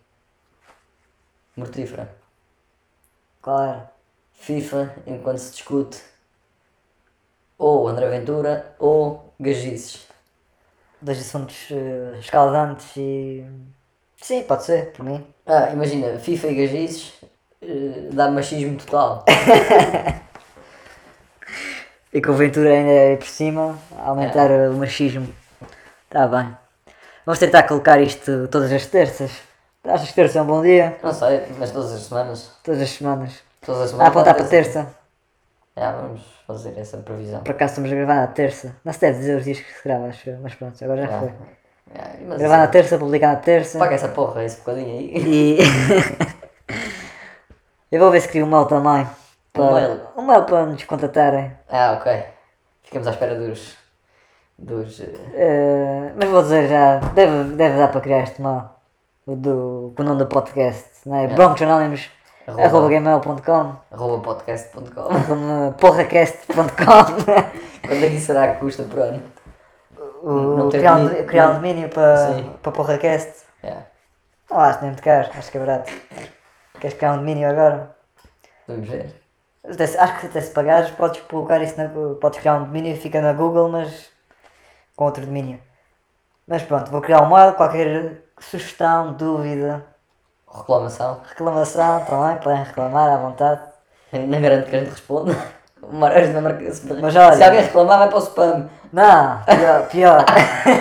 mortífera. Claro. FIFA, enquanto se discute, ou André Ventura, ou Gagices. Dois assuntos eh, escaldantes e. Sim, pode ser, por mim. Ah, imagina, FIFA e Gagices eh, dá machismo total. E com o Ventura ainda aí por cima, a aumentar o machismo. Está bem. Vamos tentar colocar isto todas as terças. Achas que terça é um bom dia? Não sei, mas todas as semanas. Todas as semanas. Todas as Ah, semanas. apontar para terça. Já, vamos fazer essa previsão. Por acaso estamos a gravar na terça. Não se deve dizer os dias que se grava, acho eu, mas pronto, agora já foi. Já, É, mas Gravar na terça, publicar na terça. Paga essa porra, esse bocadinho aí. E. eu vou ver se crio um mail também. Para... mail? Um mail para nos contratarem. Ah, ok. Ficamos à espera dos. dos. eh, Eh, mas vou dizer já, deve, deve dar para criar este mail. O do, com o nome do podcast, não é? Arroba. broncosanolimos.gmail.com arroba podcast.com. como porracast.com Quanto é que será que custa por ano? né? o Não tem criar, domínio. um, criar um domínio para, Sim. para porracast. Já, Não acho nem muito caro, acho que é barato. Queres criar um domínio agora? vamos ver. Até se- Acho que até se pagares podes colocar isso na Gu- podes criar um domínio e fica na Google, mas com outro domínio. Mas pronto, vou criar um mail, qualquer sugestão, dúvida, Reclamação. reclamação também, podem reclamar à vontade. Não garanto que a gente responda. Morares na marca. Se Mas olha- se alguém reclamar, vai para o spam. Não, pior, pior.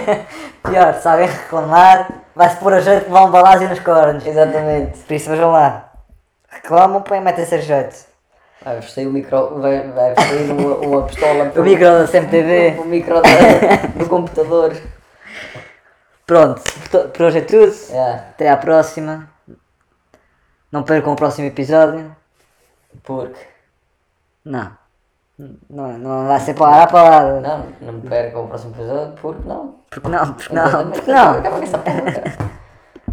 pior, se alguém reclamar, vai-se pôr a jeito que vão balásio nos cornos. Exatamente. Por isso vejam lá. Reclamam, põem metem-se a jeito. Vai sair o micro. Vai, vai sair uma, uma pistola. O micro da CMTV. O micro da- do computador. Pronto, por to- por hoje é tudo. Já. Até à próxima. Não percam o próximo episódio. Porque. Não. Não, não vai ser palavra a palavra. Não, não me perca o próximo episódio. Porque não. Porque não, porque não, porque não. Acaba com essa porra.